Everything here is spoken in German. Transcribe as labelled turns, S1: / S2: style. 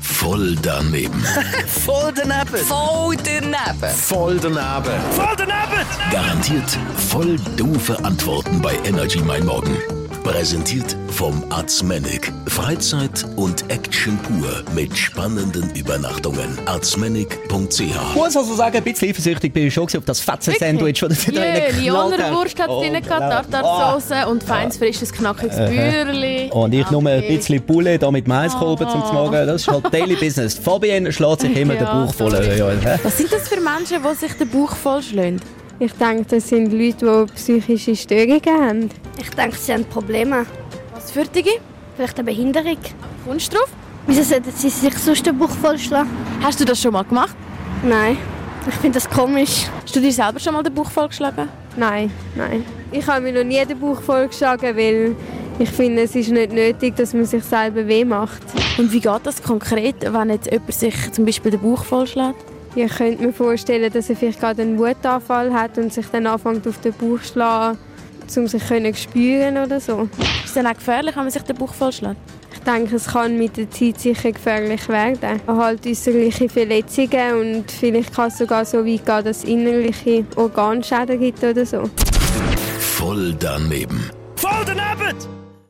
S1: Voll daneben.
S2: Voll daneben.
S3: Voll daneben.
S2: Voll daneben.
S1: Garantiert voll doofe Antworten bei Energy Mein Morgen. Präsentiert vom Arzmenig. Freizeit und Action pur mit spannenden Übernachtungen. Arzmenig.ch
S4: Ich muss also sagen, ein bisschen eifersüchtig bin ich schon gewesen auf das Fetzen-Sandwich, das sie da Oh,
S5: Ja,
S4: reingeknallt haben.
S5: Lionerwurst hat es drin
S4: genau.
S5: gehabt, Tartarsauce und feins frisches, knackiges Bürli.
S4: Oh. Und ich nur ein
S5: Okay. Ah.
S4: bisschen Poulet da mit Maiskolben zum Morgen. Das ist halt Daily Business. Fabienne schlägt sich immer
S5: Ja,
S4: den Bauch voll. Ja, ja.
S5: Was sind das für Menschen, die sich den Bauch vollschlägen?
S6: Ich denke, das sind Leute, die psychische Störungen haben.
S7: Ich denke, sie haben Probleme.
S5: Was für Dinge?
S7: Vielleicht eine Behinderung.
S5: Kommst du drauf?
S7: Wieso sollten sie sich sonst den Bauch vollschlagen?
S5: Hast du das schon mal gemacht?
S7: Nein, ich finde das komisch.
S5: Hast du dir selber schon mal den Bauch vollgeschlagen?
S6: Nein, nein. Ich habe mir noch nie den Bauch vollgeschlagen, weil ich finde, es ist nicht nötig, dass man sich selber weh macht.
S5: Und wie geht das konkret, wenn jetzt jemand sich zum Beispiel den Bauch vollschlägt?
S6: Ich könnte mir vorstellen, dass er vielleicht gerade einen Wutanfall hat und sich dann anfängt auf den Bauch zu schlagen, um sich können zu spüren oder so.
S5: Ist es dann auch gefährlich, wenn man sich den Bauch vollschlägt?
S6: Ich denke, es kann mit der Zeit sicher gefährlich werden. Halt äußerliche Verletzungen und vielleicht kann es sogar so weit gehen, dass es innerliche Organschäden gibt oder so.
S1: Voll daneben. Voll daneben!